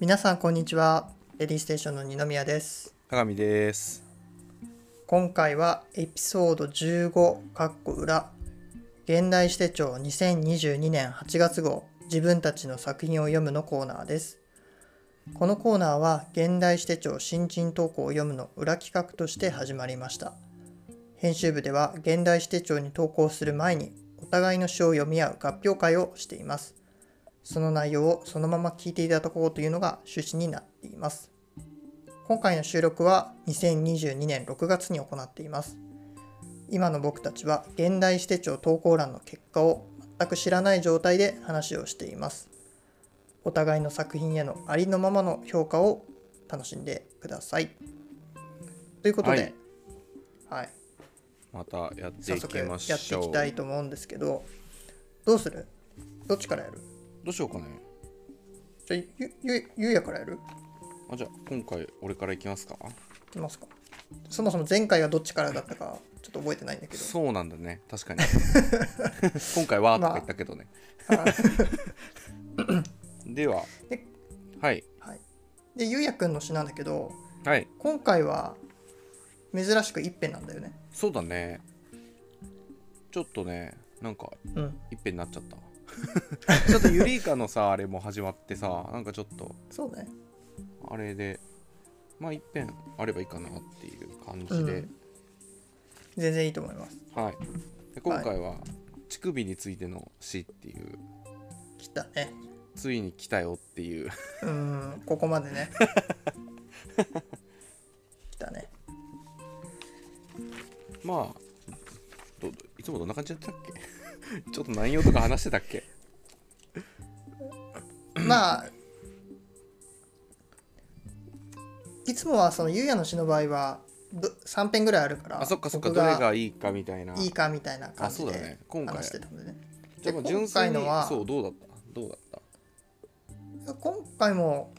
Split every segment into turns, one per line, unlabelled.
皆さんこんにちはレディーステーションの二宮です
鏡です。
今回はエピソード15かっこ裏現代史手帳2022年8月号自分たちの作品を読むのコーナーですこのコーナーは現代史手帳新陳投稿を読むの裏企画として始まりました編集部では現代史手帳に投稿する前にお互いの詩を読み合う合評会をしていますその内容をそのまま聞いていただこうというのが趣旨になっています今回の収録は2022年6月に行っています今の僕たちは現代史手帳投稿欄の結果を全く知らない状態で話をしていますお互いの作品へのありのままの評価を楽しんでくださいということで、はい、
またやって
早
い
速
き
や
ま
って
し
い
ょう。
きたいと思うんですけどどうするどっちからやる
どうしようかね。
じゃあゆゆゆうやからやる
あじゃあ今回俺からいきますか。
いきますかそもそも前回がどっちからだったかちょっと覚えてないんだけど
そうなんだね。確か に。今回はとか言ったけどね。では
で、
はい
はい、でゆうやくんの詩なんだけど
はい
今回は珍しく一編なんだよね
そうだね。ちょっとねなんか
うん
一辺になっちゃ った。ちょっとユリイカのさあれも始まってさなんかちょっと
そうね
あれでまあ一辺あればいいかなっていう感じで。
うん全然いいと思います
はい、で今回は乳首についての詩っていう、
来たね
ついに来たよっていう
うーんここまでね来たね
まあどいつもどんな感じだったっけ ちょっと内容とか話してたっけ
まあいつもはそのゆうやの詩の場合はど3編ぐらいあるから
あそっかそっか
こ
ど
こ
れがいいかみたいない
いかみたいな感じ
あそうだ
で
ね今回
話してたのでね
じゃあもう
で
純粋に
今回のは
そうどうだったどうだった
今回も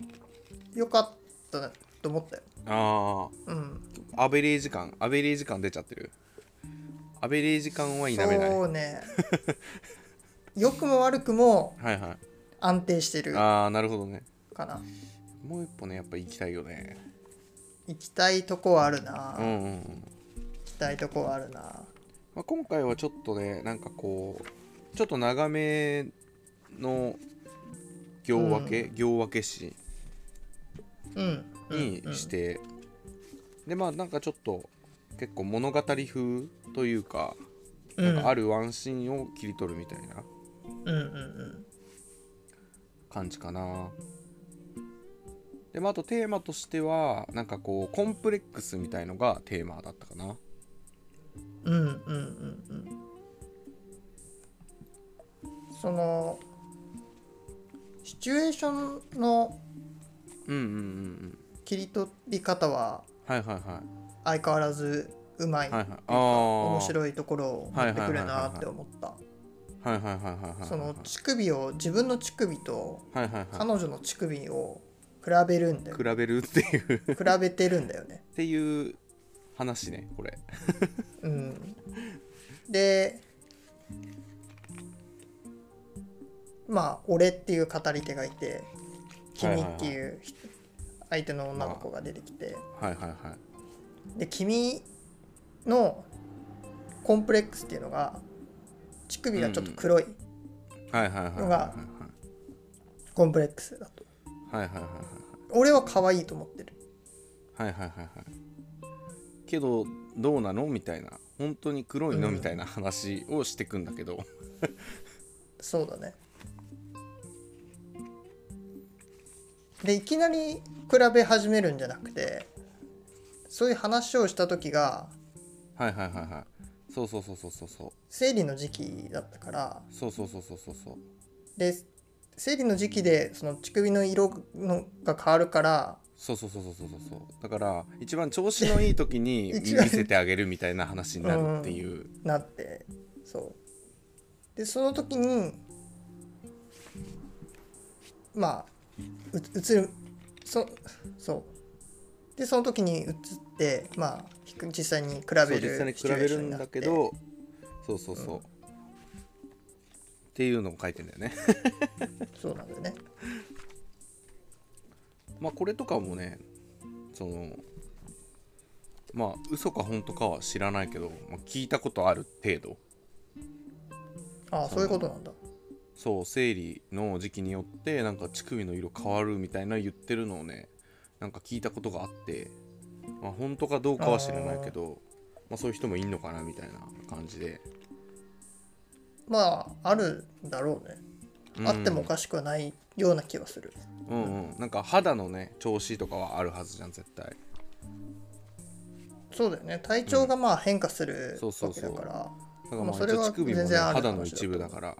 良かったと思ったよ
あ
うん
あアベレージ感アベレージ感出ちゃってるアベレージ感は否めないは
そう ね良くも悪くも
いは
安定してる
いああなるほどね
かな
もう一歩ねやっぱ行きたいよね
行きたいとこはあるな、
う
行
んうんうん
きたいとこはあるな
まあ、今回はちょっとねなんかこうちょっと長めの行分け、行分け詩
うん
にして、でまあなんかちょっと結構物語風というか,、
うん
なんかあるワンシーンを切り取るみたいな
うんうんうん
感じかな。でまあ、あとテーマとしてはなんかこうコンプレックスみたいのがテーマだったかな。
うんうんうんうんそのシチュエーションの
うんうんうんうん。
切り取り方は
はいはいはい。
相変わらずうまい、
はいはい、ああ。
面
い。
白いところを持ってくるなって思った
はいはいはいはいはいはい。
その乳首を自分の乳首と
はいはいはい
彼。女の乳首を比べるんだよ
比べるっていうっ
比べてるんだよね
ていう話ねこれ
うんでまあ俺っていう語り手がいて君っていう相手の女の子が出てきて
はいはいはい
で君のコンプレックスっていうのが乳首がちょっと黒い
はいはいはいはい
の
はい
がコンプレックスだと
はいはいはいはい
俺は可愛いと思ってる
はいはいはいはいけどどうなのみたいな本当に黒いの
うん
みたいな話をしてくんだけど、
そうだねでいきなり比べ始めるんじゃなくてそういう話をした時が
はいはいはいはいそうそうそうそうそうそう
生理の時期だったから
そうそうそうそうそうそう
で生理の時期でその乳首の色のが変わるから
そうそうそうそうそうそうだから一番調子のいい時に見
一番
せてあげるみたいな話になるっていう、
なってそうでその時にまあう映るそそうでその時に映ってまあひく実際に比
そ
べ
う実際
る
に比
シチ
べるんだけ
ュエーションになって
どそうそうそう、っていうのも書いてんだよね
そうなんだよね
まあこれとかもねそのまあ嘘か本当かは知らないけど、まあ、聞いたことある程度
ああそ
そ
う
う
いうことなんだ
そう生理の時期によってなんか乳首の色変わるみたいな言ってるのをねなんか聞いたことがあって、まあ、本当かどうかは知らないけどまあ、そういう人もいんのかなみたいな感じで、
まああるんだろうね、
うん
あってもおかしくはないような気はする
うんうんなんか肌のね調子とかはあるはずじゃん絶対
そうだよね体調がまあ変化する
そうそう
わけ
そう
だから
だから
ま
ま
あ
あ
それは
乳首も、
全
ね、
然ある
肌の一部だから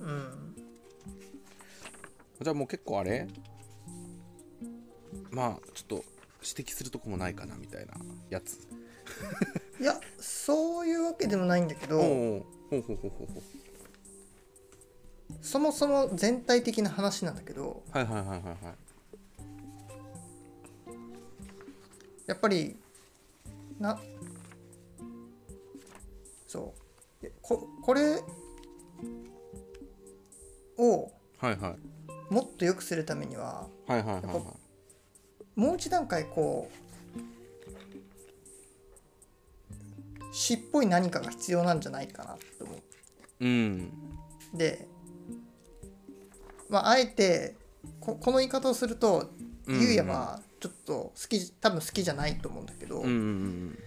うん
じゃあもう結構あれまあちょっと指摘するとこもないかなみたいなやつ
いやそういうわけでもないんだけ
お
ど
うおうほうほうほうほうほ
そもそも全体的な話なんだけど
うはいはいはいはいはい
やっぱりなそうでここれを
はいはい
もっと良くするためには
はいはいはいはい
もう一段階こう詩っぽい何かが必要なんじゃないかなと思う
うん
で、まあ、あえてここの言い方をすると
うん
ゆうやはちょっと好き多分好きじゃないと思うんだけど、
うんうんうん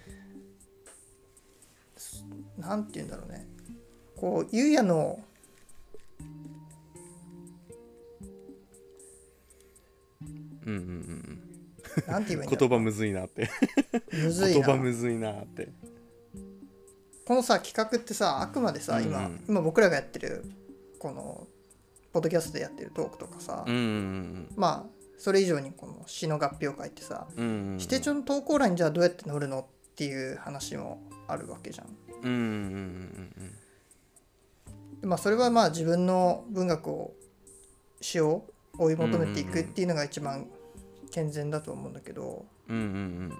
なんて言うんだろうねこうゆうやの
うんうんうん
なんて言えばいいんだろ
言葉むずいなって
うむずい
言
な
葉むずいなって
このさ企画ってさあくまでさ今,、
うんうん
今僕らがやってるこのポッドキャストでやってるトークとかさ、
うんうん
まあそれ以上にこの詩の合評会ってさ
うんうんうん
指定帳の投稿欄にじゃあどうやって載るのっていう話もあるわけじゃん。
うんうんうんうん
でまあ、それはまあ自分の文学を詩を追い求めていくっていうのが一番健全だと思うんだけど
うんうんうんうん
や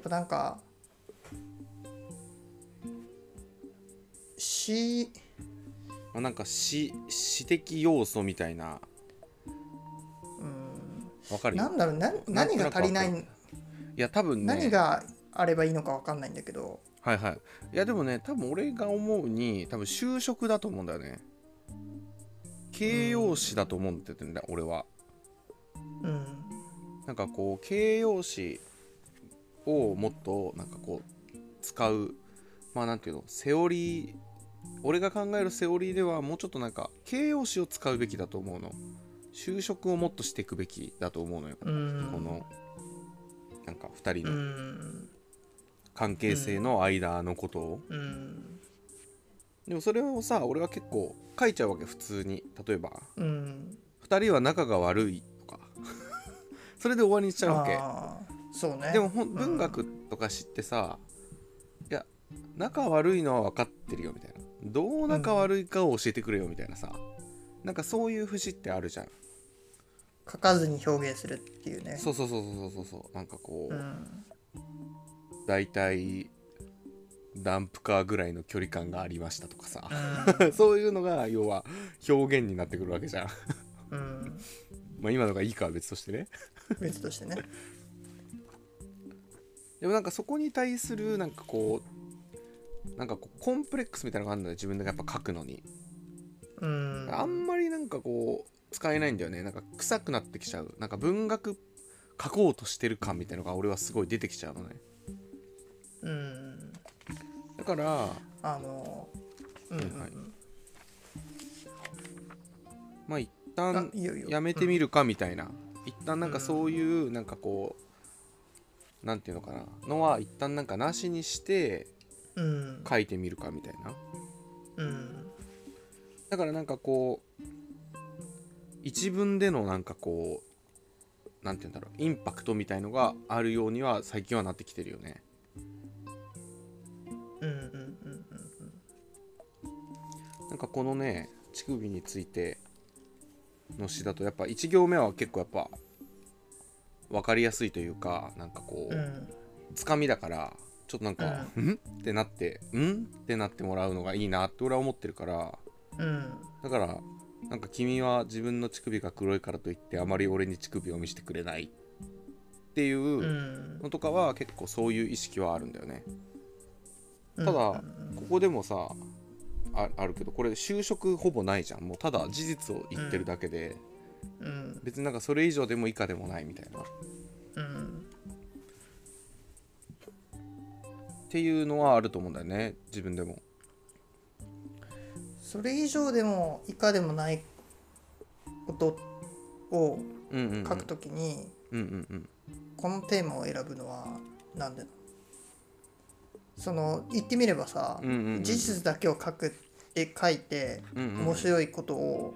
っぱなんか詩
まあなんか詩詩的要素みたいなわかる
なんだろうな
なんと
何
な
が
く
足りな
わか
い
いや多分ね
何があればいいのか分かんないんだけど
はいはいいやでもね多分俺が思うに多分就職だと思うんだよね形容詞だと思っててんだ俺は
うん
なんかこう形容詞をもっとなんかこう使うまあなんていうのセオリー俺が考えるセオリーではもうちょっとなんか形容詞を使うべきだと思うの就職をもっとしていくべきだと思うのよ、
うん
このなんか2人
う
の
ん
関係性の間のことを、
うん
でもそれをさ俺は結構書いちゃうわけ普通に例えば
うん
2人は仲が悪いとか それで終わりにしちゃうわけ
あーそうね
でもほん
うん
文学とか知ってさ、いや仲悪いのは分かってるよみたいなどう仲悪いかを教えてくれよみたいなさ、なんかそういう節ってあるじゃん
書かずに表現するっていうね
そうそうそうそうそうそうなんかこう、
ん
大体ダンプカーぐらいの距離感がありましたとかさ
う
そういうのが要は表現になってくるわけじゃん
ん、うん、
まあ今のがいいかは別としてね
別としてね
でもなんかそこに対するなんかこうなんかこうコンプレックスみたいなのがあるんだよ自分でやっぱ書くのに
うん
あんまりなんかこう使えないんだよねなんか臭くなってきちゃうなんか文学書こうとしてる感みたいのが俺はすごい出てきちゃうのね
うん
だから
あのうんうん、
はい
うん
まあ一
あ
旦
いいよいいよ
やめてみるかみたいな一旦なんかそういうなんかこうなんていうのかなのは一旦なんかなしにして
うん
書いてみるかみたいな
うん
だからなんかこう一文でのなんかこうなんて言うんだろうインパクトみたいのがあるようには最近はなってきてるよね
うんうんうん
なんかこのね乳首についての詩だとやっぱ1行目は結構やっぱ分かりやすいというかなんかこ
うんう
うんつかみだからちょっとなんか「ん?」ってなって「ん?」ってなってもらうのがいいなって俺は思ってるから
うん
だからなんか君は自分の乳首が黒いからといってあまり俺に乳首を見せてくれないっていうのとかは結構そういう意識はあるんだよね。
た
ただここでもさああるけどこれ就職ほぼないじゃんもうただ事実を言ってるだけで、
うん
別になんかそれ以上でも以下でもないみたいなっ
うん
ていうのはあると思うんだよね自分でも。
それ以上でも以下でもないことを
うんうんうん、
書くときに
うんうんうん
このテーマを選ぶのはなんでなのその言ってみればさ、
うんうんうん
事実だけを書くって書いて
うんうん
面白いことを、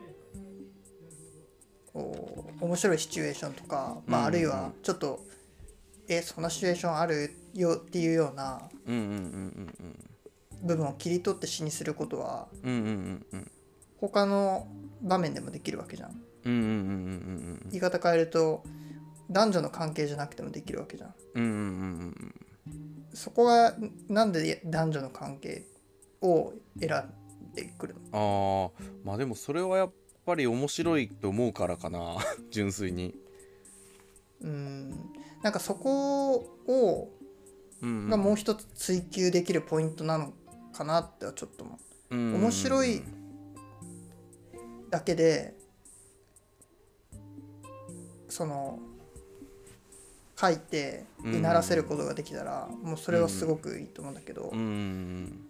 こう面白いシチュエーションとか、まあ、あ
うん
る
うんう
い
ん
はちょっと、えそんなシチュエーションあるよっていうような
うんうんうんうんうん
部分を切り取って詩にすることは
うんうんうんうん
他の場面でもできるわけじゃん
うんうんうんうんうん
言い方変えると男女の関係じゃなくてもできるわけじゃん
うんうんうんうん
そこがなんで男女の関係を選んでくるの
あーまあでもそれはやっぱり面白いと思うからかな純粋に。
うんなんかそこを
うん
がもう一つ追求できるポイントなのかなってはちょっと思う
うん
面白いだけでその書いて
うん
うならせることができたらもうそれはすごくいいと思うんだけど
うんうん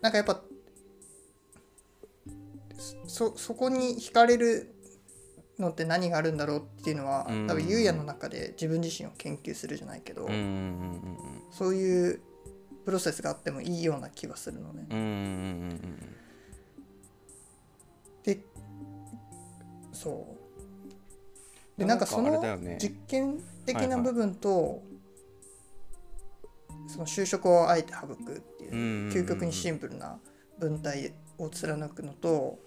なんかやっぱそそこに惹かれるのって何があるんだろうっていうのは
うん
多分ゆうやの中で自分自身を研究するじゃないけど
うんうんうんうんうん
そういうプロセスがあってもいいような気がするのね。
うんうんうんうん
でそうで
な
なんん
か
かそ
あれ
の
だよね
実験的
はいは
ない部分とその就職をあえて省くっていう
うんうんうん
究極にシンプルな文体を貫くのと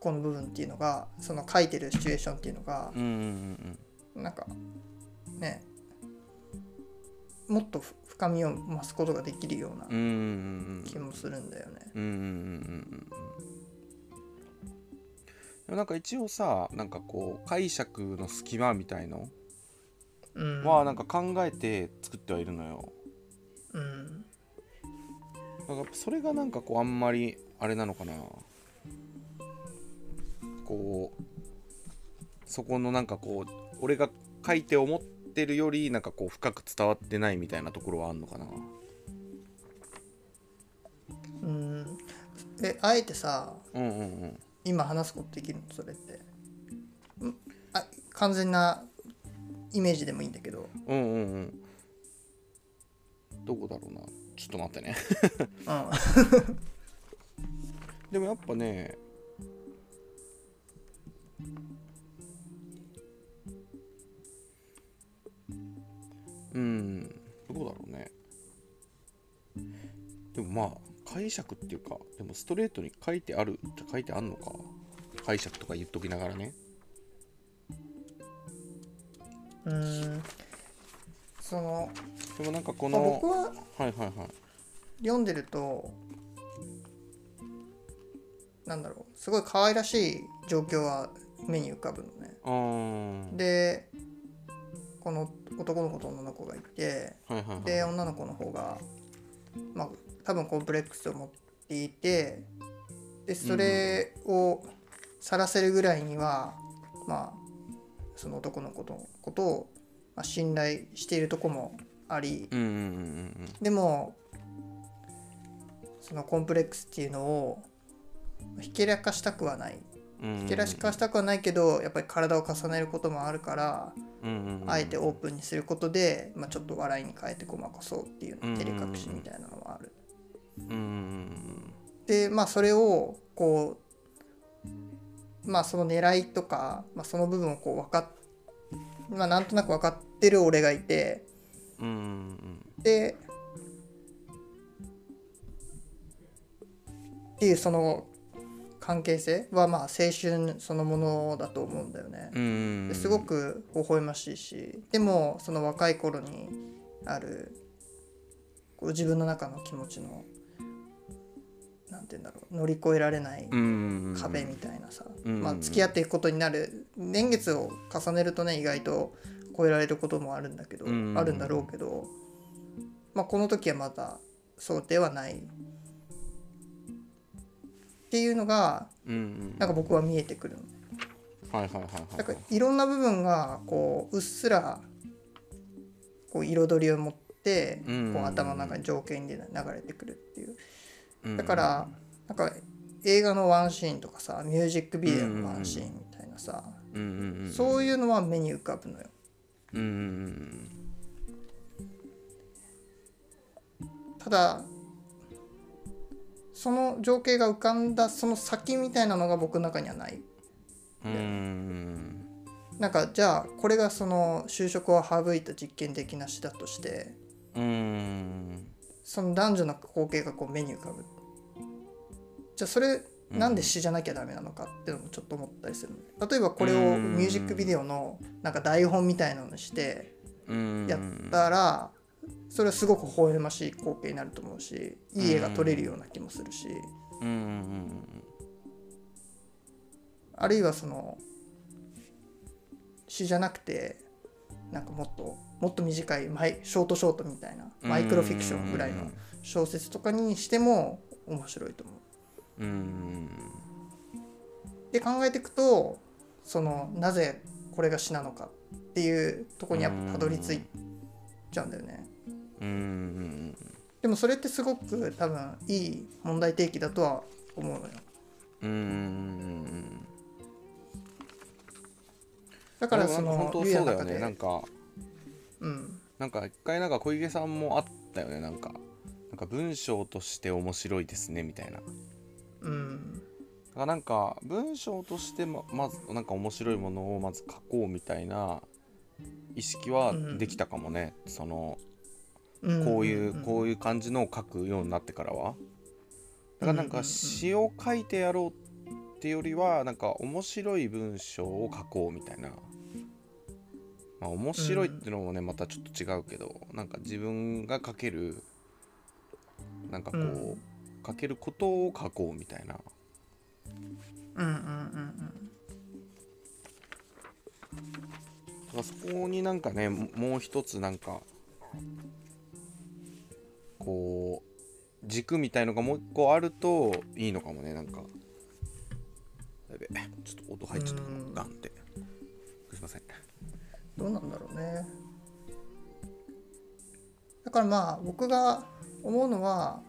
この部分っていうのがその書いてるシチュエーションっていうのが
うんうんうん
なんかねもっとふ深みを増すことができるような
うんうんうん
気もするんだよね。
うんうんうんうんうんでもなんか一応さなんかこう解釈の隙間みたいの
うん
はなんか考えて作ってはいるのよ
うん
なんかそれがなんかこうあんまりあれなのかなこうそこのなんかこう俺が書いて思ってるよりなんかこう深く伝わってないみたいなところはあんのかな
うんえあえてさ
うんうんうん
今話すことできるのそれってんあ完全なイメージでもいいんだけど
うんうんうんどこだろうなちょっと待ってね
うん
でもやっぱねうんどこだろうねでもまあ解釈っていうかでもストレートに書いてあるって書いてあんのか解釈とか言っときながらね
うーんその、
でもなんかこ
まあ、
の
僕は
はいはいはい
読んでるとなんだろうすごい可愛らしい状況は目に浮かぶのね
あー
でこの男の子と女の子がいて
はいはいはい
で女の子の方がまあ多分コンプレックスを持っていてでそれを晒せるぐらいには、まあその男の子のことを、まあ、信頼しているとこもあり
うんうんうん
でもそのコンプレックスっていうのをひけらかしたくはない
うんうんうん
ひけらかしたくはないけどやっぱり体を重ねることもあるから
うんうんうん
あえてオープンにすることで、まあ、ちょっと笑いに変えてごまかそうっていう照れ隠しみたいなのはある。
うんうんうん
でまあそれをこうまあその狙いとか、まあ、その部分をこう分かっ、まあ、なんとなく分かってる俺がいて
うんうん
でっていうその関係性はまあ青春そのものだと思うんだよね。
うんうんうん
ですごく微笑ましいしでもその若い頃にあるこう自分の中の気持ちのなんて言うんだろう乗り越えられない
うん
壁みたいなさ、
うん
まあ、付き合っていくことになる年月を重ねるとね意外と超えられることもあるんだけど、
うん
あるんだろうけど、まあ、この時はまだそうではないっていうのが
うんうん
なんか僕は見えてくるの
はいはいはいはい
だからいろんな部分がこううっすらこう彩りを持って
うん
こう頭の中に条件で流れてくるっていう
うん
だからなんか映画のワンシーンとかさミュージックビデオのワンシーンみたいなさ
うんうんうん
そういうのは目に浮かぶのよ
うんうん
ただその情景が浮かんだその先みたいなのが僕の中にはない
うんうん
なんかじゃあこれがその就職を省いた実験的な詩だとして
うん
その男女の光景がこう目に浮かぶじゃあそれ
うん
なんで詩じゃなきゃダメなのかっていうのもちょっと思ったりするの例えばこれをミュージックビデオのなんか台本みたいなのにして
うん
やったらそれはすごく微笑ましい光景になると思うしいい絵が撮れるような気もするし
うんうん
あるいはその詩じゃなくてなんかもっともっと短いマイショートショートみたいなマイクロフィクションぐらいの小説とかにしても面白いと思う。
うんうん
で考えていくとそのなぜこれが詩なのかっていうとこにやっぱたどり着いちゃうんだよね。
うんうん
でもそれってすごく多分いい問題提起だとは思うのよ。
うんうん
だから
でも
そ
なんか
の
本当
竜
そ
の
うだよ
中
ね
で、
なんか
うん、
なんか一回なんか小池さんもあったよねなんかなんか文章として面白いですねみたいなだか
うん、
らなんか文章としてままずなんか面白いものをまず書こうみたいな意識はできたかもね、その
うん
こういうこういう感じのを書くようになってからはだからなん
うんうんう
か
ん
詩を書いてやろうってよりはなんか面白い文章を書こうみたいな、まあ、面白いってのもねまたちょっと違うけどなんか自分が書けるなんかこう、
うん
書けることを書こうみたいな
うんうんうん
だからそこになんかねももう一つなんかこう軸みたいのがもう一個あるといいのかもねなんかやべちょっと音入っちゃったかな
うん
ガンってすいません
うんどうなんだろうねだからまあ僕が思うのは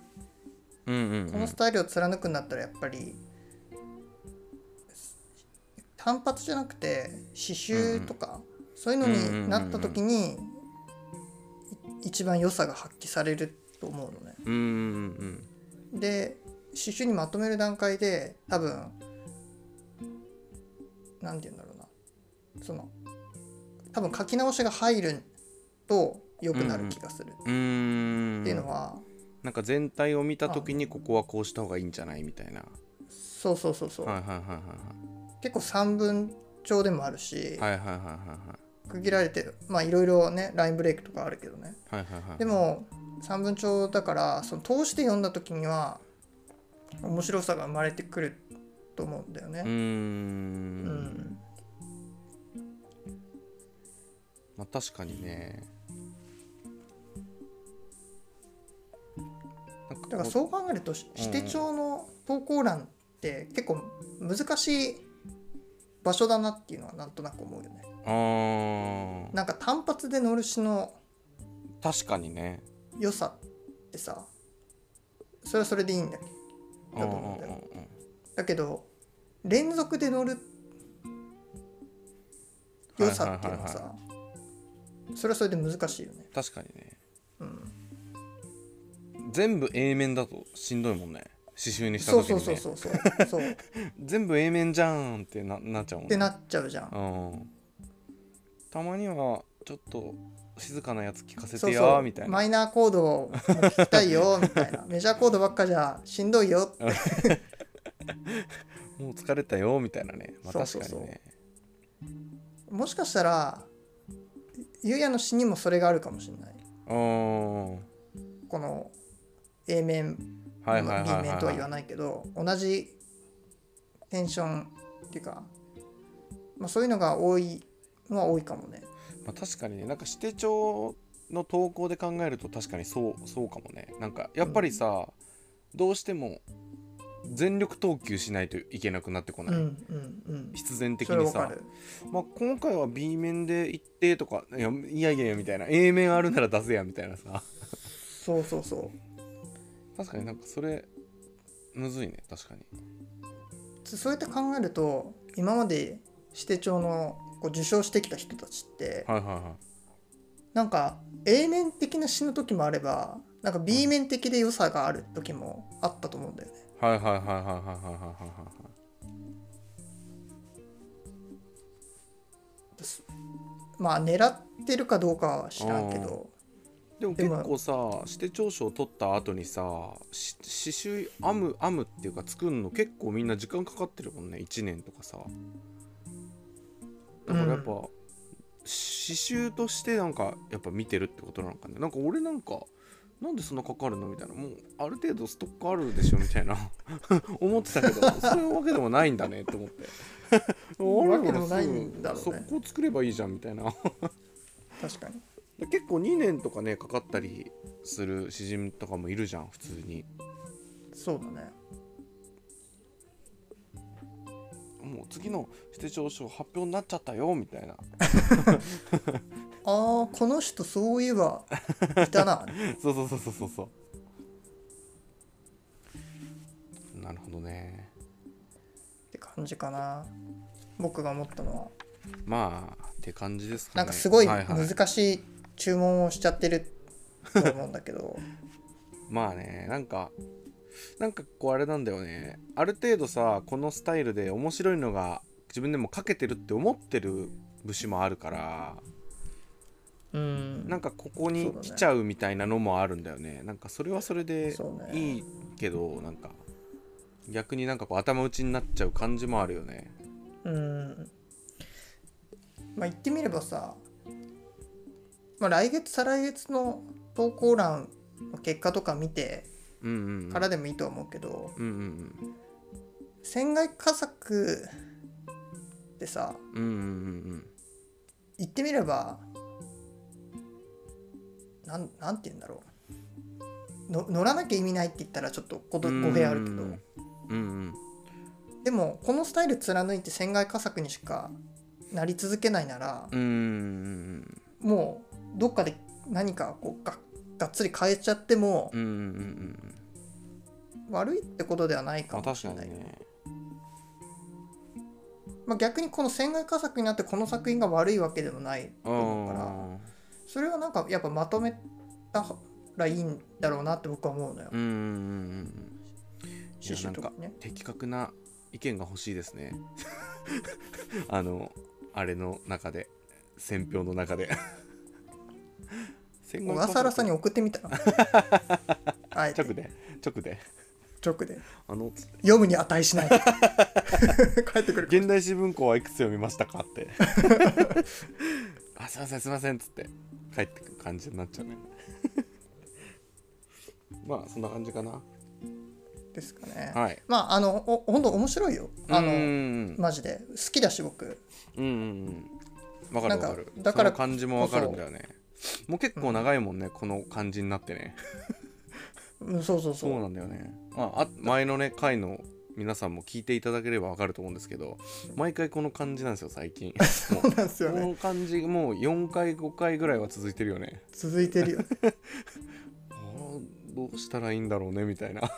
うんうん
このスタイルを貫くんだったらやっぱり単発じゃなくて刺繍とかそういうのになった時にい一番良さが発揮されると思うのね。
うんうんうん
で刺繍にまとめる段階で多分何て言うんだろうなその多分書き直しが入ると良くなる気がする
うんうん
っていうのは、
なんか全体を見た時にここはこうした方がいいんじゃないみたいな
そうそうそうそう、
はいはいは
結構三文帳でもあるし、
いはいはいはいはいはいは
区切られてるまあいろいろねラインブレイクとかあるけどね
いはいはいはい
でも三文帳だからその通して読んだ時には面白さが生まれてくると思うんだよね。
うー
うんん
まあ確かにねなん
だから
こ
そう考えるとし指定帳の投稿欄って結構難しい場所だなっていうのはなんとなく思うよね。
うあー
なんか単発で乗る詩の
確かにね
良さってさそれはそれでいいんだけど
う
だ
んう
と
ん
思うん
う
だよ
んうん
だけど連続で乗る良さっていうのは
は
さそれはそれで難しいよね。
確かにね
うん、
全部 A 面だとしんどいもんね刺繍にした
そう
時に、
そ
ね、
うそうそうそうそう っ
全部 A 面じゃんってななっちゃうもん
てなっちゃうじゃん。
うん、たまにはちょっと静かなやつ聞かせ
そ
て
う
や
そ
ー
う
みたいな
マイナーコードを聞きたいよみたいな メジャーコードばっかじゃしんどいよって
もう疲れたよーみたいなね、まあ、
そう
確
そう
か
そう
にね
もしかしたらゆうやの詩にもそれがあるかもしれない
うんは
この A 面
いはいはいはいはい
まあ B 面とは言わないけど同じテンションっていうか、まあ、そういうのが多いのは多いかもね
まあ、確かにねなんか指定帳の投稿で考えると確かにそうそうかもねなんかやっぱりさ、どうしても全力投球しないといけなくなってこ
う
なんい、
うんうん
必然的
それ
に
わか
さ
る
まあ、今回は B 面で行ってとかいやいやいやいやみたいな A 面あるなら出せやみたいなさ
そうそうそう
確かになんかそれむずいね確かに
そそうやって考えると今まで指定帳のこう受賞してきた人たちって
はいはいは
なんか A 面的な詩の時もあればなんか B 面的で良さがある時もあったと思うんだよね。
いはいはいはいはいはいはいはいはいはい
ですまあ狙ってるかどうかは知らんけど
でも
で
結
も
構さ指定長所を取った後にさし刺繍編む編むっていうか作るの結構みんな時間かかってるもんね1年とかさだからやっぱ、
う
刺繍としてなんかやっぱ見てるってことなのかねなんか俺なんかなんでそんなかかるのみたいなもうある程度ストックあるでしょみたいな 思ってたけどそういうわけでもないんだねと思って
わけでもないんだろうね
そこ作ればいいじゃんみたいな
確かに
で結構2年とかねかかったりする詩人とかもいるじゃん普通に
そうだね
もう次の指定長書発表になっちゃったよみたいな
ああこの人そういえばいた な
そうそうそうそうそうそうなるほどね
って感じかな僕が思ったのは
まあって感じですかね
なんかすごい
はいはい、
難しい注文をしちゃってると思うんだけど
まあねなんかなんかこうあれなんだよねある程度さこのスタイルで面白いのが自分でも書けてるって思ってる節もあるから
うん
なんかここに来ちゃうみたいなのもあるんだよねなんかそれはそれで
そうね
いいけど、なんか逆になんかこう頭打ちになっちゃう感じもあるよね
うんまあ言ってみればさ、まあ、来月再来月の投稿欄の結果とか見て
うんうんうん
からでもいいとは思うけど、
うんうん
船外佳作ってさ
うんうんうん
言ってみればなんなんて言うんだろうの乗らなきゃ意味ないって言ったらちょっとこと
うんうん
語弊あるけ
う
ど
んうん
でもこのスタイル貫いて船外佳作にしかなり続けないなら
うんうんうん
もうどっかで何かこうががっつり変えちゃっても
うんうんうんうんうん
悪いってことではない
ま
か
あ
も
確
し
か
れ
に
ない、
ね
まあ、逆にこの船外佳作になってこの作品が悪いわけでもないと
う
思う
ん
から。それはなんかやっぱまとめたらいいんだろうなって僕は思うのよ
うんうんうんうんい
刺
やな
繍
ん
とか
か
ね
的確な意見が欲しいですね あのあれの中で選票の中で戦
小笠原さんに送ってみた らあえて
直で直で
直で
あの
読むに値しない 帰ってくる
現代史文庫はいくつ読みましたかってあすいませんすいませんっつって帰ってく感じになっちゃうね まあそんな感じかな
ですかね、
はい
まああのお本当面白いよあ
うんう
の
ん
マジで好きだし僕
うんうんうんわかるわかる
なんかだから
その感じもわかるんだよねもう結構長いもんね、この感じになってね
うんそうそうそう
そうなんだよね、まあ、あ前のね回の皆さんも聞いていただければわかると思うんですけど毎回この感じなんですよ最 近もう
そうなんですよ
こ
ね
の感じもう4回5回ぐらいは続いてるよね
続いてるよね
あーどうしたらいいんだろうねみたいな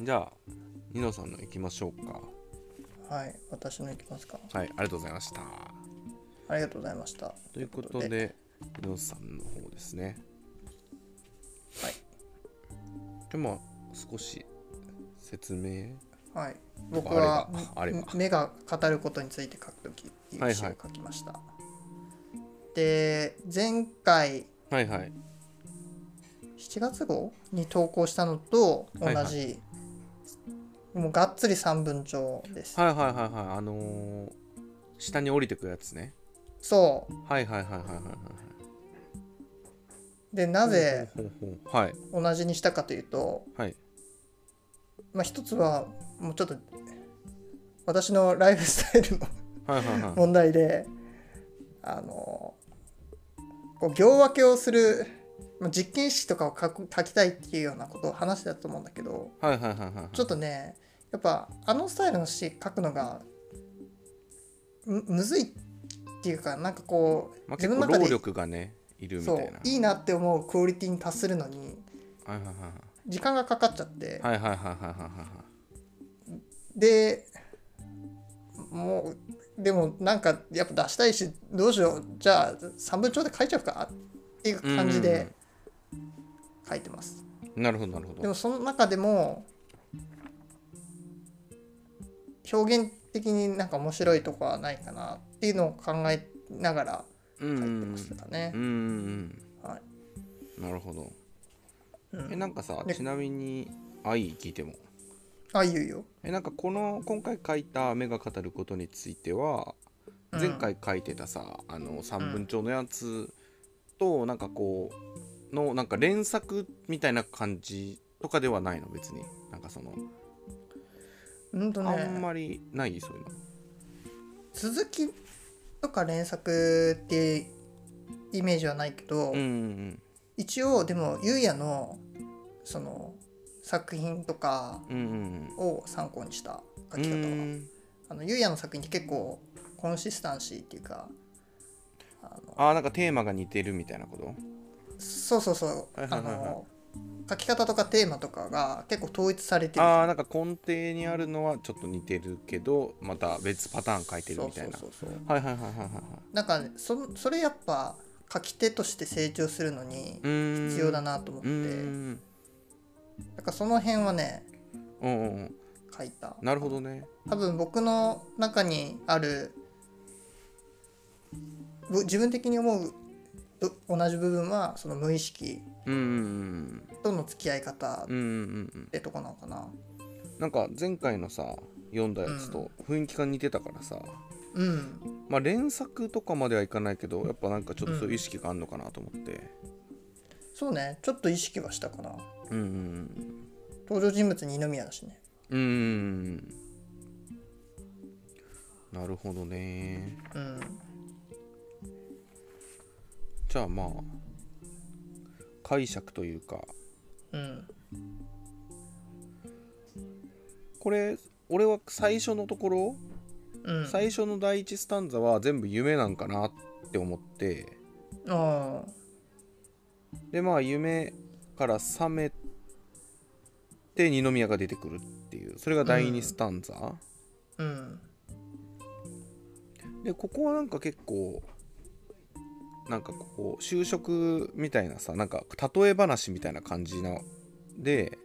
じゃあニノさんの行きましょうか
はい私のいきますか
はいありがとうございました
ありがとうございました
ということでニノさんの方ですね
はい
でも少し説明
はい、
とか
僕は
あれば
ん
あれば
目が語ることについて書くときっていう詩を書きました。で前回
はいはい
7月号に投稿したのと同じ、
はいは
もうがっつり三文帳です。
はいはいはいはいあのー下に降りてくやつね
そう
はいはいはいはいはいはい
でなぜ
ほうほうほうはい
同じにしたかというと、
はい
まあ、一つはもうちょっと私のライフスタイルの
はいはいはい
問題であのこう行分けをするまあ実験式とかを書く書きたいっていうようなことを話してたと思うんだけど
はいはいはいはい
ちょっとねやっぱあのスタイルの詩書くのがむむずいっていうかなんかこう、
まあ、
自
結
分
構
の中
労
で
力がねいるみた
そ
いうない
いなって思うクオリティに達するのに
はいはい
時間がかかっちゃって、
はいはいはいはいはいはいは
でもうでもなんかやっぱ出したいしどうしようじゃあ三分帳で書いちゃうかっていう感じで書いてます、
いなるほどなるほ
で
ど
もその中でも表現的になんか面白いとこはないかなっていうのを考えながら
うんう
書い
ん
て
うん
ましたね
うん、うん
は
うんなるほど
い、うん
えなんかさ
で
ちなみにあいい聞いても
あいいよ
えなんかこの今回書いた「目が語ること」については
うん
前回書いてたさ、あの三文帳のやつとなんかこうのなんか連作みたいな感じとかではないの別になんかその
うんと
あん
ね
まりないそういうの
続きとか連作ってイメージはないけど、
うんうん
一応でもゆうやのその作品とか
うんうんうん
を参考にした書
う
き方は
ん
あのゆうやの作品って結構コンシスタンシーっていうかあの
あーなんかテーマが似てるみたいなこと
そうそうそう
はい
あ
はいはいはい
の書き方とかテーマとかが結構統一されてる
ああなんか根底にあるのはちょっと似てるけどまた別パターン書いてる
そう
みた
そ
いうな
そうそう
はいはいはいはいはいはい
なんかそそれやっぱ書き手として成長するのに
うーん
必要だなと思っ
うー
て
ん
だからその辺はね
うんうんうん
書いた
なるほどね
多分僕の中にあるぶ自分的に思うぶ同じ部分はその無意識
うんうん
との付き合い方っ
うんうんうんうんうん
てとこなのかな
なんか前回のさ読んだやつと雰囲気が似てたからさ、
うん
まあ連作とかまではいかないけどやっぱなんかちょっとそういう意識があるのかなと思って、
そうねちょっと意識はしたかな
うん、うん
登場人物二宮だしね
うんうんうんなるほどね
うん
じゃあまあ解釈というか
うん
これ俺は最初のところ、
うん
最初の第一スタンザは全部夢なんかなって思って
あ
でまあ夢から覚めて二宮が出てくるっていうそれが第二スタンザ、
あうん
でここはなんか結構なんかこう就職みたいなさなんか例え話みたいな感じなで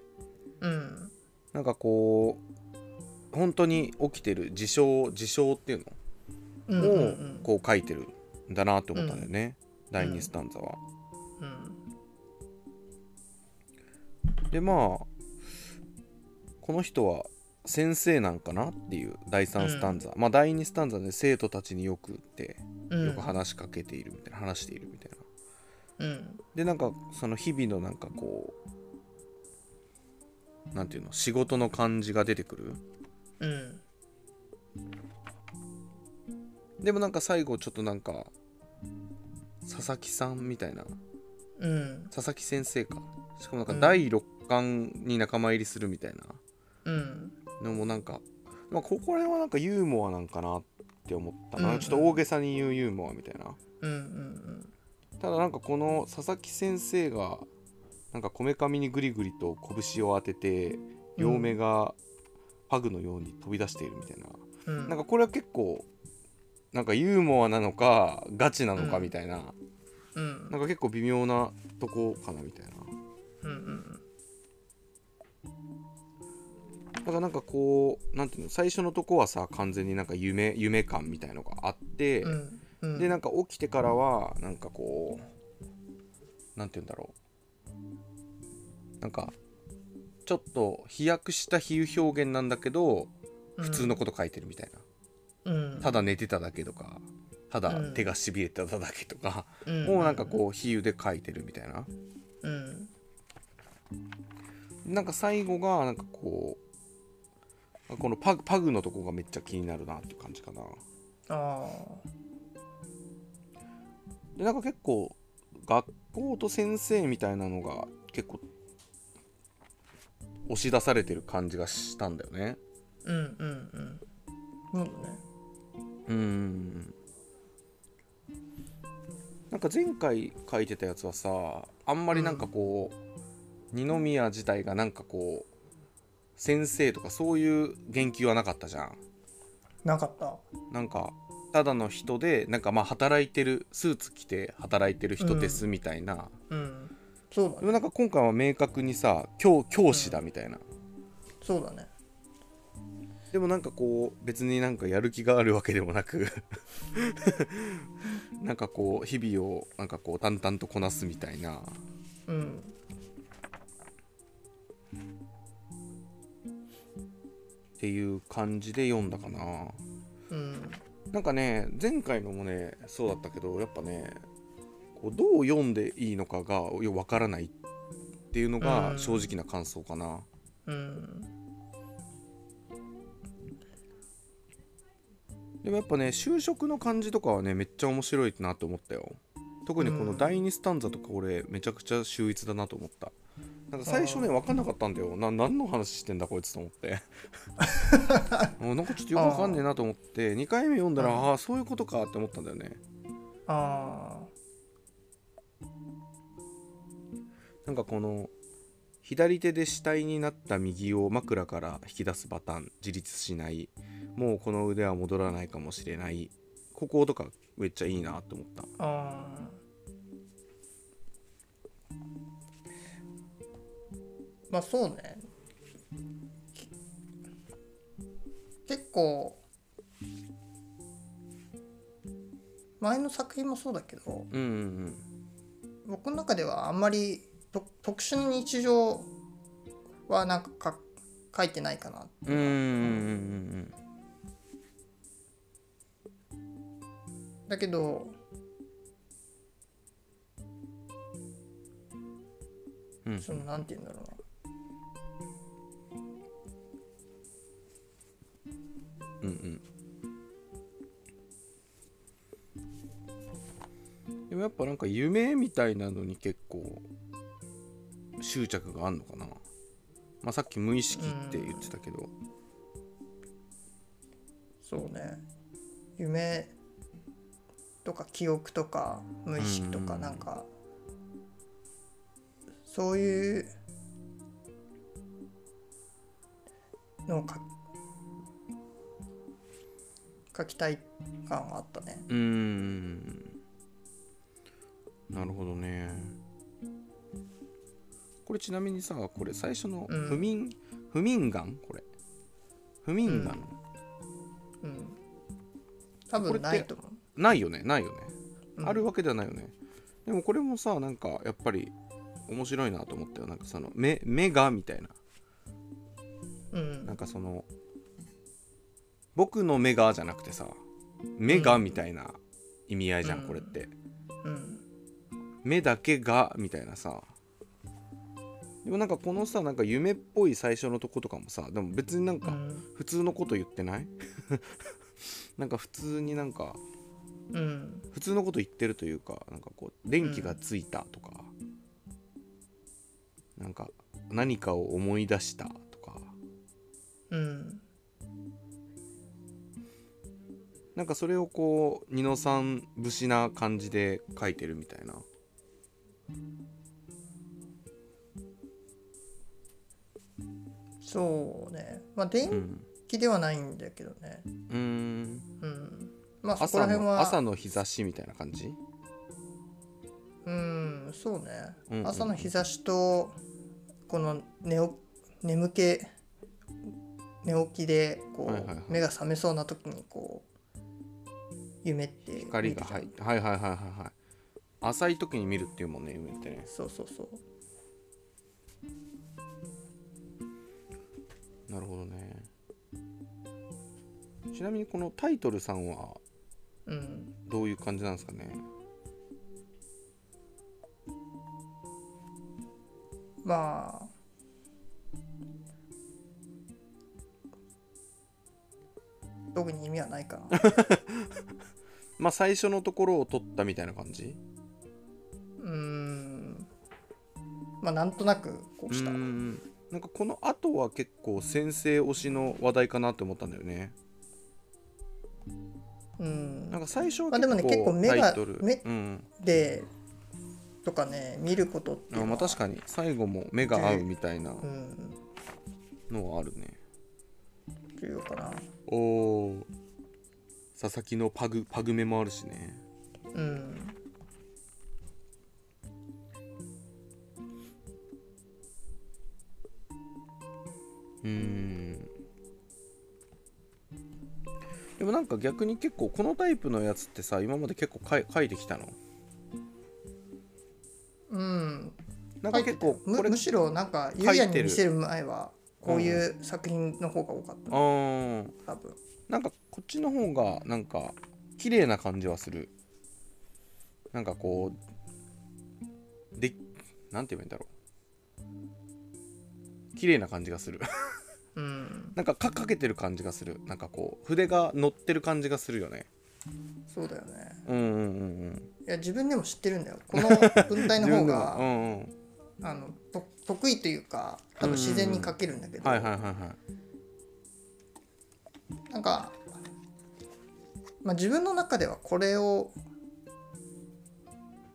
うん
なんかこう本当に起きてる事象事象っていうの
うんうん
をこう書いてるんだなって思ったんだよね、第2スタンザは。
うん
でまあこの人は先生なんかなっていう第3スタンザ、まあ第2スタンザで生徒たちによくって
うん
よく話しかけているみたいな話しているみたいな。
うん
でなんかその日々のなんかこうなんていうの仕事の感じが出てくる
うん
でもなんか最後ちょっとなんか佐々木さんみたいな
うん
佐々木先生かしかもなんか
うん
第六巻に仲間入りするみたいな
うん
のもなんか、まあ、ここら辺はなんかユーモアなんかなって思ったな、
うん
ちょっと大げさに言うユーモアみたいな
うんうん
ただなんかこの佐々木先生がなんかこめかみにグリグリと拳を当てて両目がパグのように飛び出しているみたいな、
うん
なんかこれは結構なんかユーモアなのかガチなのかみたいな、
うん
なんか結構微妙なとこかなみたいな
うんうん
だからなんかこうなんていうの最初のとこはさ完全になんか夢夢感みたいのがあって、
うんうん
でなんか起きてからはなんかこうなんて言うんだろうなんかちょっと飛躍した比喩表現なんだけど普通のこと書いてるみたいな、
うん
ただ寝てただけとかただ
うん
手がしびれてただけとか、
うん
もうなんかこう比喩で書いてるみたいな
うん
なんか最後がなんかこうこのパグパグのとこがめっちゃ気になるなっていう感じかな
あ
でなんか結構学校と先生みたいなのが結構押し出されてる感じがしたんだよね
ーうんうんうんそうだね
うんなんか前回書いてたやつはさあんまりなんかこう、二宮自体がなんかこう先生とかそういう言及はなかったじゃん
なかった
なんかただの人でなんかまあ働いてるスーツ着て働いてる人ですみたいな、
うんそうだ
で
ね
もなんか今回は明確にさ教教師だみたいな、
そうだね
でもなんかこう別になんかやる気があるわけでもなく なんかこう日々をなんかこう淡々とこなすみたいな
うん
っていう感じで読んだかな
うん
なんかね前回のもねそうだったけどやっぱねこうどう読んでいいのかがよくわからないっていうのが
うん
正直な感想かな、
うん
でもやっぱね就職の感じとかはねめっちゃ面白いなと思ったよ特にこの第2スタンザとか俺めちゃくちゃ秀逸だなと思ったなんか最初ね
あ
分かんなかったんだよな何の話してんだこいつと思って もうなんかちょっとよく分かんねえなと思って2回目読んだら
うん
ああーそういうことかって思ったんだよね
あ
なんかこの左手で死体になった右を枕から引き出すパターン自立しないもうこの腕は戻らないかもしれないこことかめっちゃいいなと思った
ーあーまあそうねき結構前の作品もそうだけど
うんうんうん
僕の中ではあんまりと特殊な日常はなんかか書いてないかな
うんうんうん
だけど
うんうん
そのなんて言うんだろうな
うんうんでもやっぱなんか夢みたいなのに結構執着があんのかな、まあ、さっき無意識って言ってたけど
そうね夢とか記憶とか無意識とか
うん
なんかそういうのをか書きたい感はあったね
うーんなるほどねこれちなみにさこれ最初の
うん
不眠、不眠眼これ不眠眼、
うん多
こ
分
れって
ないと思う
ないよねないよね、
うん
あるわけではないよねでもこれもさなんかやっぱり面白いなと思ったよなんかその目目がみたいな
うん
なんかその僕の目がじゃなくてさ目がみたいな意味合いじゃん、
うん
これって
うん
目だけがみたいなさでもなんかこのさなんか夢っぽい最初のとことかもさでも別になん
う
か
ん
普通のこと言ってない なんか普通になんか
うん
普通のこと言ってるというかなんかこう電気がついたとか、なんか何かを思い出したとか
うん
なんかそれをこう二の三節な感じで書いてるみたいな
そうねまあ
う
電
ん
気ではないんだけどね
うーん
うんまあそこら
朝
辺
の
は
朝の日差しみたいな感じ
うんそうね、
うんうん
朝の日差しとこの寝お眠気寝起きでこう、
はいはいはい
目が覚めそうな時にこう夢って見るじゃん
光が入ってはいはいはいはいはい浅い時に見るっていうもんね夢ってね
そうそうそう
なるほどねちなみにこのタイトルさんは
うん
どういう感じなんですかね
まあ特に意味はないか な
まあ最初のところを取ったみたいな感じ
うーんまあなんとなくこうした
うんなんかこの後は結構先生推しの話題かなって思ったんだよね
うん
なんか最初は
まあ
結
でもね結構
構
目が
タイトル
目
うん
でとかね見ることっていう
あ
の
ま
は
あ確かに最後も目が合うみたいな
うん
のはあるね
重要かな
おお佐々木のパグパグ目もあるしね
うん
うーんでもなんか逆に結構このタイプのやつってさ今まで結構かい書いてきたの
うん
なんか結構
入ってたよ
これ
むむしろなんか
書いて
ゆ
る
うやに見せる前はこういう作品の方が多かったな
あー
多分
なんかこっちの方がなんか綺麗な感じはするなんかこうでなんて言えばいいんだろう綺麗な感じがする
うん
なんかかかけてる感じがするなんかこう筆が乗ってる感じがするよね
そうだよね
うんうんうんうん
いや自分でも知ってるんだ よこの文体の方
自分でも
が
うんうん
あのと得意というか多分自然に書けるんだけど、
はいはいはいはい
なんか、まあ、自分の中ではこれを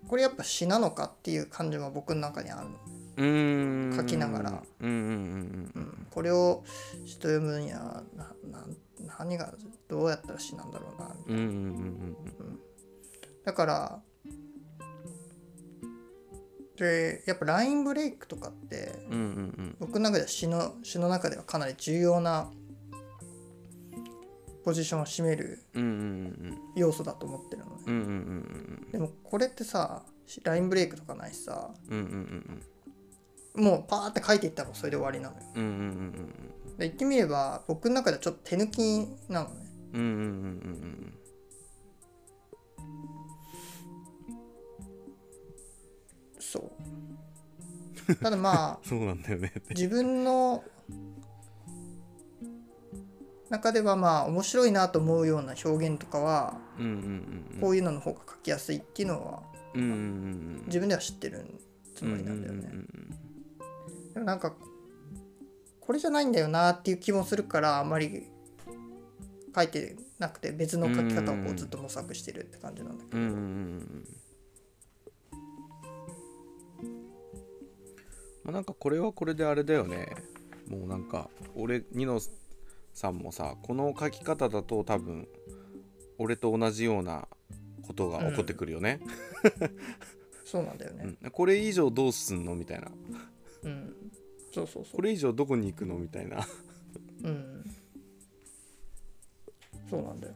これやっぱ詩なのかっていう感じも僕の中にあるの、
うーん
書きながら
うんうんうん
うん、これを詩と読むにはななん何がどうやったら詩なんだろうなみたいな
うんうんうんうん
だからでやっぱラインブレイクとかって
うんうんうんうん
僕の中では詩の詩の中ではかなり重要なポジションを占める
うんうんうん
要素だと思ってるのね
うんうんうんうん
でもこれってさしラインブレイクとかないしさ
うんうんうん
もうパーって書いていったらそれで終わりなのよ
うんうんうんうんうん
で言ってみれば僕の中ではちょっと手抜きなのね
うんうんうん
そうただ まあ
そうなんだよね
自分の中ではまあ面白いなと思うような表現とかは
うんうんうん
こういうのの方が書きやすいっていうのは
うんうんうん
自分では知ってるつもりなんだよ
うんう
ね。
ん
でもなんかこれじゃないんだよなっていう気もするからあまり書いてなくて別の書き方をこうずっと模索してるって感じなんだけど。
うんうんうんうんうんまあなんかこれはこれであれだよねもうなんか俺ニノさんもさこの書き方だと多分俺と同じようなことが起こってくるよね、
そうなんだよね。
うんこれ以上どうすんのみたいな
うん。そうそうそう
こ。れ以上どこに行くのみたいな
うん。そうなんだよ。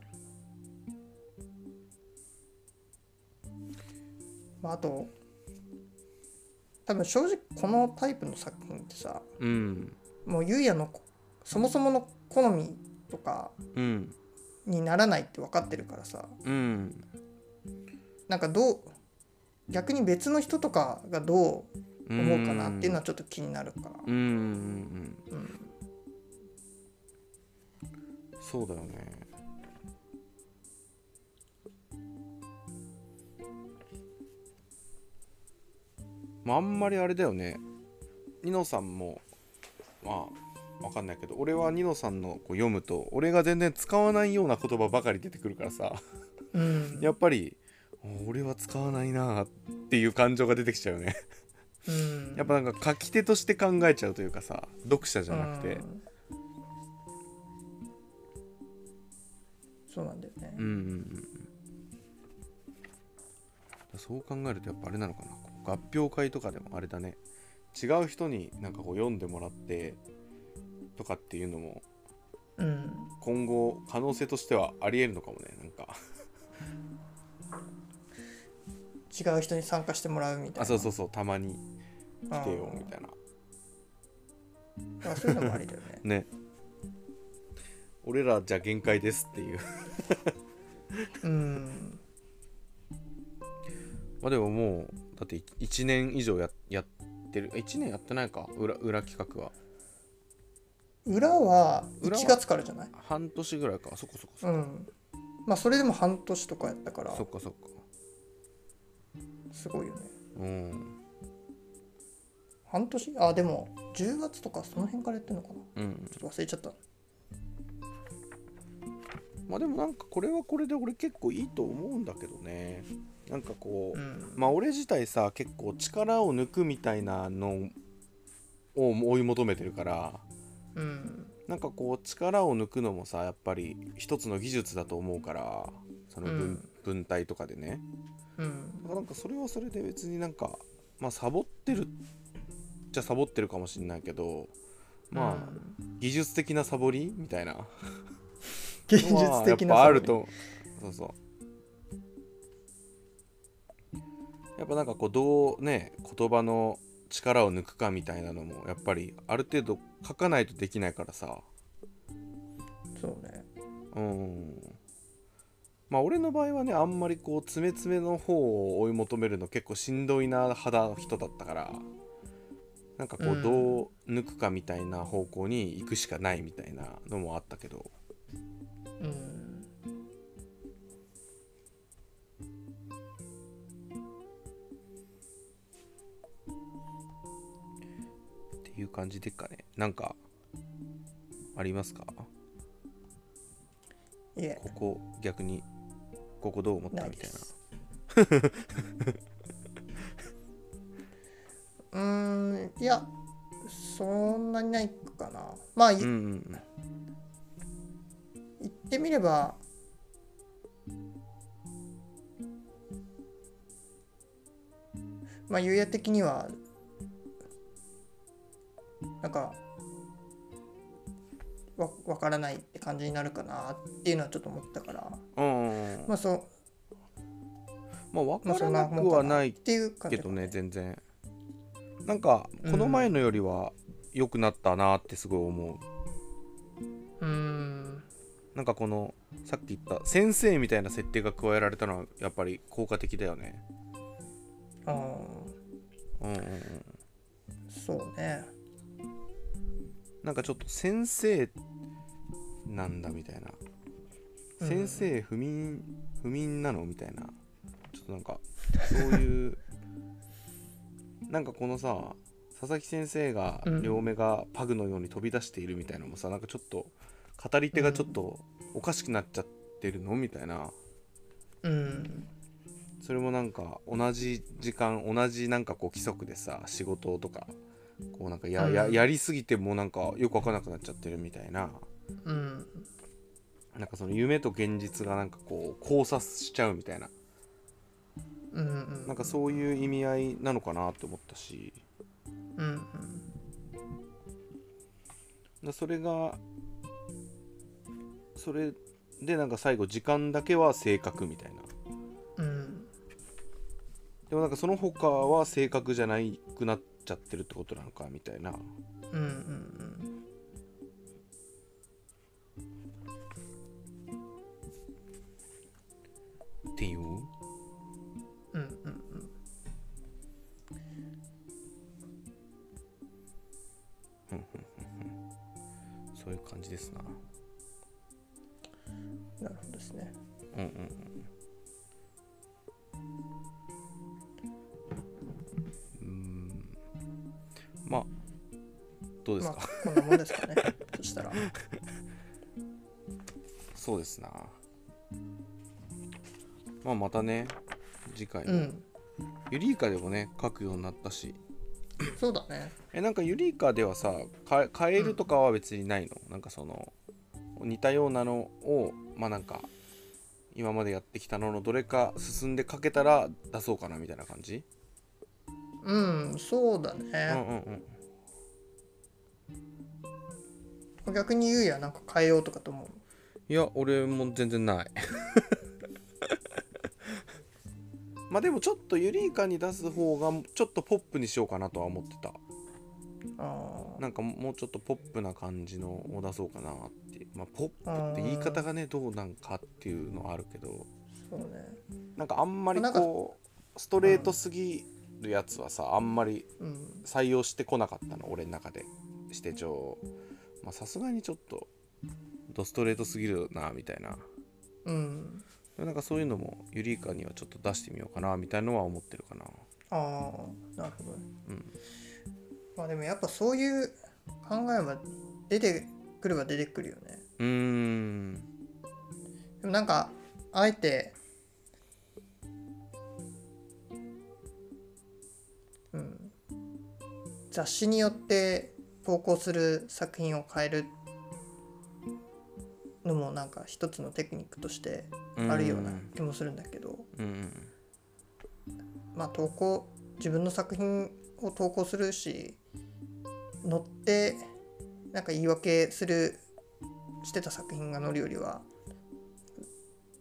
まあ、あと、多分正直このタイプの作品ってさ、
うん
もうゆうやのそもそもの好みとか
うん
にならないって分かってるからさ、
うん
なんかどう、逆に別の人とかがどう思うかなっていうのはちょっと気になるから。
うんうんう
う
ん
ん。
うんそうだよねまああんまりあれだよねニノさんもまあわかんないけど俺はニノさんのこう読むと俺が全然使わないような言葉ばかり出てくるからさ
うん。
やっぱり俺は使わないなっていう感情が出てきちゃうよね
うん
やっぱなんか書き手として考えちゃうというかさ読者じゃなくて
うんそうなんだよね
うんうんうんうんそう考えるとやっぱあれなのかなこう合評会とかでもあれだね違う人になんかこう読んでもらってとかっていうのも
うん
今後可能性としてはありえるのかもねなんか
違う人に参加してもらうみたいな
あそうそうそうたまに
うん
来てよみたいな
あそういうのもありだよ ね
ね 俺らじゃ限界ですっていう
うん
あでももうだって1年以上ややってる1年やってないか裏裏企画は
裏は
裏は
1月からじゃない
半年ぐらいかそこそこそこ、
うんまあそれでも半年とかやったから
そっかそっか
すごいよね
うん
半年あでも10月とかその辺からやってんのかな
うん
ちょっと忘れちゃった
まあでもなんかこれはこれで俺結構いいと思うんだけどねなんかこう、
うん
まあ俺自体さ結構力を抜くみたいなのを追い求めてるから
うん
なんかこう力を抜くのもさやっぱり一つの技術だと思うからその分,、
うん
分体とかでね
うん
だからなんかそれはそれで別になんかまあサボってるじゃサボってるかもしんないけどまあ、技術的なサボりみた いな
現実的な
まあやっぱあ
サボり
るとそうそうやっぱなんかこうどうね言葉の力を抜くかみたいなのもやっぱりある程度書かないとできないからさ
そうね
うんまあ俺の場合はねあんまりこう詰め詰めの方を追い求めるの結構しんどいな肌の人だったからなんかこ
う
うんどう抜くかみたいな方向に行くしかないみたいなのもあったけど
うん
っていう感じでっかねなんかありますか
いえ
ここ逆にここどう思った
ない
み
で
たいな
す うーんいやそんなにないかなまあ、い
うん
言
うん
ってみればまあ優也的にはなんかわわからないって感じになるかなっていうのはちょっと思ったから
うんうんうん
まあそう
まあ分
まあ
か
そ
ら
んな
な
も
く
んか
は
な
な
っ
い
ていう感じ
け
だ
どね全然なんかこの前のよりは良くなったなってすごい思う
うーん
なんかこのさっき言った先生みたいな設定が加えられたのはやっぱり効果的だよね
あー
うんうんうん
そうね
なんかちょっと先生なんだみたいな、
うん
先生不眠不眠なのみたいなちょっとなんかそういう なんかこのさ佐々木先生が
うん
両目がパグのように飛び出しているみたいなのもさなんかちょっと語り手がちょっとおかしくなっちゃってるのみたいな
うん
それもなんか同じ時間同じなんかこう規則でさ仕事とかこうなんかや,、や
うん
やりすぎてもうなんかよく分からなくなっちゃってるみたいな
うん
なんかその夢と現実がなんかこう交差しちゃうみたいな
うんうん
なんかそういう意味合いなのかなって思ったし
うんうん
でそれがそれでなんか最後時間だけは正確みたいな
うん
でもなんかその他は正確じゃないくなっちゃってるってことなのかみたいな
うんうん
っていう
うんうんうん
そういう感じですな
なるほどですね
うんうんうんうんまあどうです
まあ
か、
こんなもんです かねそしたら
そうですなまあまたね次回、
うん
ユリイカでもね書くようになったし
そうだね
えなんかユリイカではさか変えるとかは別にないの、なんかその似たようなのをまあなんか今までやってきたののどれか進んで書けたら出そうかなみたいな感じ
うんそうだ
うんうん
ね、
うん
逆にゆうやなんか変えようとかと思う
いや俺も全然ない まあでもちょっとユリイカに出す方がちょっとポップにしようかなとは思ってた
あ
なんかもうちょっとポップな感じのを出そうかなっていうまあポップって言い方がねどうなんかっていうのはあるけど
あそうね
なんかあんまり
なんか
こうストレートすぎるやつはさあんまり
うん
採用してこなかったの俺の中で指定帳をまあさすがにちょっとドストレートすぎるなみたいな
うん
でもなんかそういうのもユリイカにはちょっと出してみようかなみたいのは思ってるかな
ああなるほどね
うん
まあでもやっぱそういう考えは出てくれば出てくるよね
うーん
でもなんかあえてうん雑誌によって投稿する作品を変えるのもなんか一つのテクニックとしてあるような気もするんだけど、
うんうん
まあ投稿自分の作品を投稿するし載ってなんか言い訳するしてた作品が載るよりは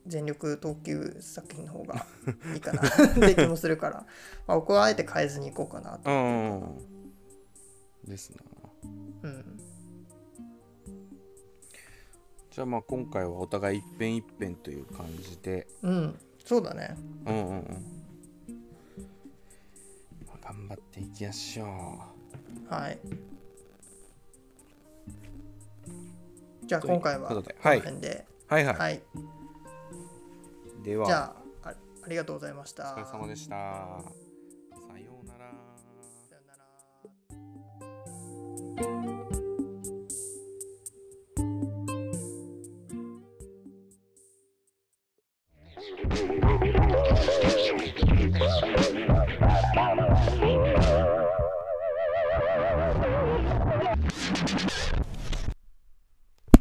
全力投球作品の方がいいかな って気もするから、まあ、僕はあえて変えずに行こうかなと。
うんうんですな
うん
じゃあまあ今回はお互い一遍一遍という感じで
うん、そうだね。
うんうんうんまあ頑張っていきましょう
はい。じゃあ
という
今回は
こ
ことの
ではい
辺で。
はいはい、
はい。
では
じゃああありがとうございました。
お疲れ様でしたさようなら
さよなら。